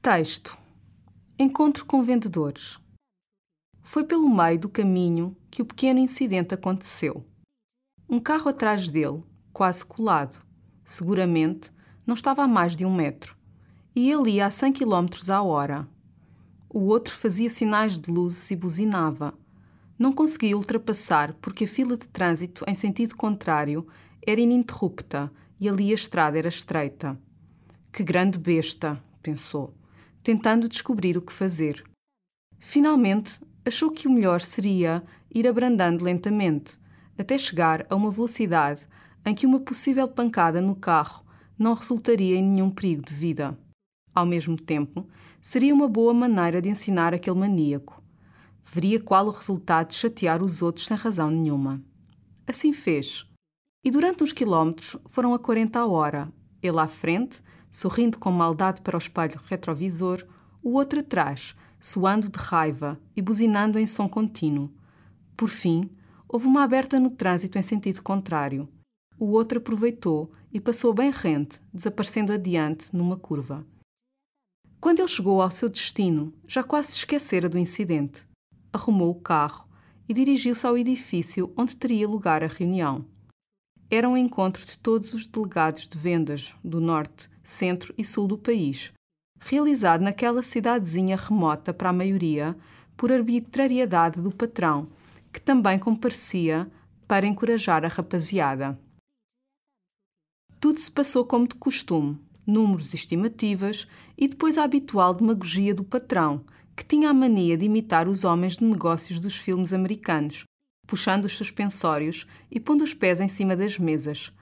Texto: Encontro com vendedores. Foi pelo meio do caminho que o pequeno incidente aconteceu. Um carro atrás dele, quase colado, seguramente não estava a mais de um metro, e ele ia a 100 km à hora. O outro fazia sinais de luzes e buzinava. Não conseguia ultrapassar porque a fila de trânsito em sentido contrário era ininterrupta e ali a estrada era estreita. Que grande besta, pensou, tentando descobrir o que fazer. Finalmente, achou que o melhor seria ir abrandando lentamente, até chegar a uma velocidade em que uma possível pancada no carro não resultaria em nenhum perigo de vida. Ao mesmo tempo, seria uma boa maneira de ensinar aquele maníaco. Veria qual o resultado de chatear os outros sem razão nenhuma. Assim fez. E durante uns quilómetros foram a 40 a hora, ele à frente, sorrindo com maldade para o espelho retrovisor, o outro atrás, suando de raiva e buzinando em som contínuo. Por fim, houve uma aberta no trânsito em sentido contrário. O outro aproveitou e passou bem rente, desaparecendo adiante numa curva. Quando ele chegou ao seu destino, já quase se esquecera do incidente. Arrumou o carro e dirigiu-se ao edifício onde teria lugar a reunião. Era um encontro de todos os delegados de vendas do norte, centro e sul do país, realizado naquela cidadezinha remota para a maioria por arbitrariedade do patrão, que também comparecia para encorajar a rapaziada. Tudo se passou como de costume, números estimativas e depois a habitual demagogia do patrão, que tinha a mania de imitar os homens de negócios dos filmes americanos, puxando os suspensórios e pondo os pés em cima das mesas.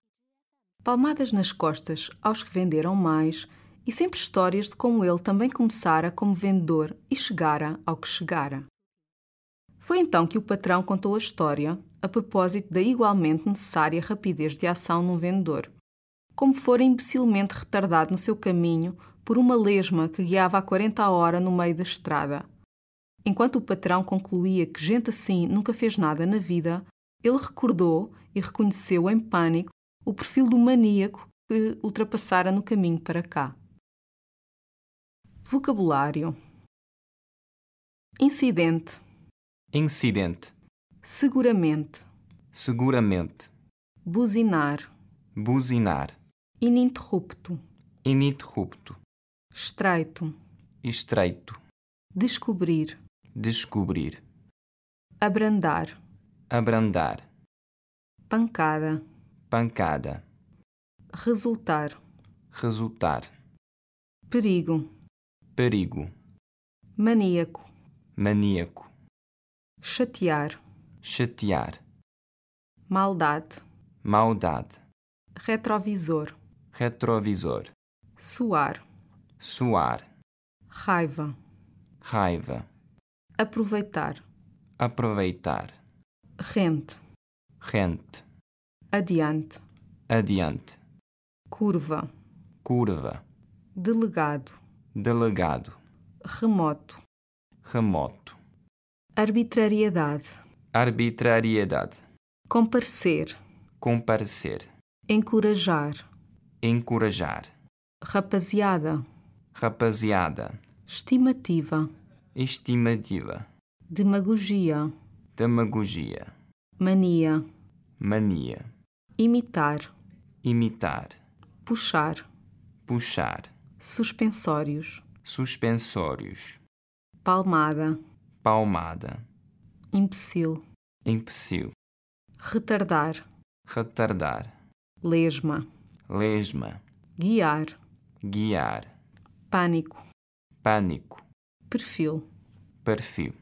Palmadas nas costas aos que venderam mais e sempre histórias de como ele também começara como vendedor e chegara ao que chegara. Foi então que o patrão contou a história, a propósito da igualmente necessária rapidez de ação num vendedor como fora imbecilmente retardado no seu caminho por uma lesma que guiava a 40 a hora no meio da estrada. Enquanto o patrão concluía que gente assim nunca fez nada na vida, ele recordou e reconheceu em pânico o perfil do maníaco que ultrapassara no caminho para cá. Vocabulário: Incidente, Incidente. seguramente, Seguramente. buzinar, Buzinar. ininterrupto, Ininterrupto. estreito, Estreito. descobrir, Descobrir. abrandar. Abrandar. pancada, Pancada. resultar, Resultar. perigo, Perigo. maníaco, Maníaco. chatear, Chatear. maldade, Maldade. retrovisor, Retrovisor. suar, Suar. raiva, Raiva. aproveitar, Aproveitar. rente, Rente. adiante, Adiante. curva, Curva. delegado, Delegado. remoto, Remoto. arbitrariedade, Arbitrariedade. comparecer, Comparecer. encorajar, Encorajar. rapaziada, Rapaziada. estimativa, Estimativa. demagogia, Demagogia. mania, Mania. imitar, Imitar. puxar, Puxar. suspensórios, Suspensórios. palmada. Palmada. imbecil, Imbecil. retardar, Retardar. lesma, Lesma. guiar, Guiar. pânico, Pânico. perfil. Perfil.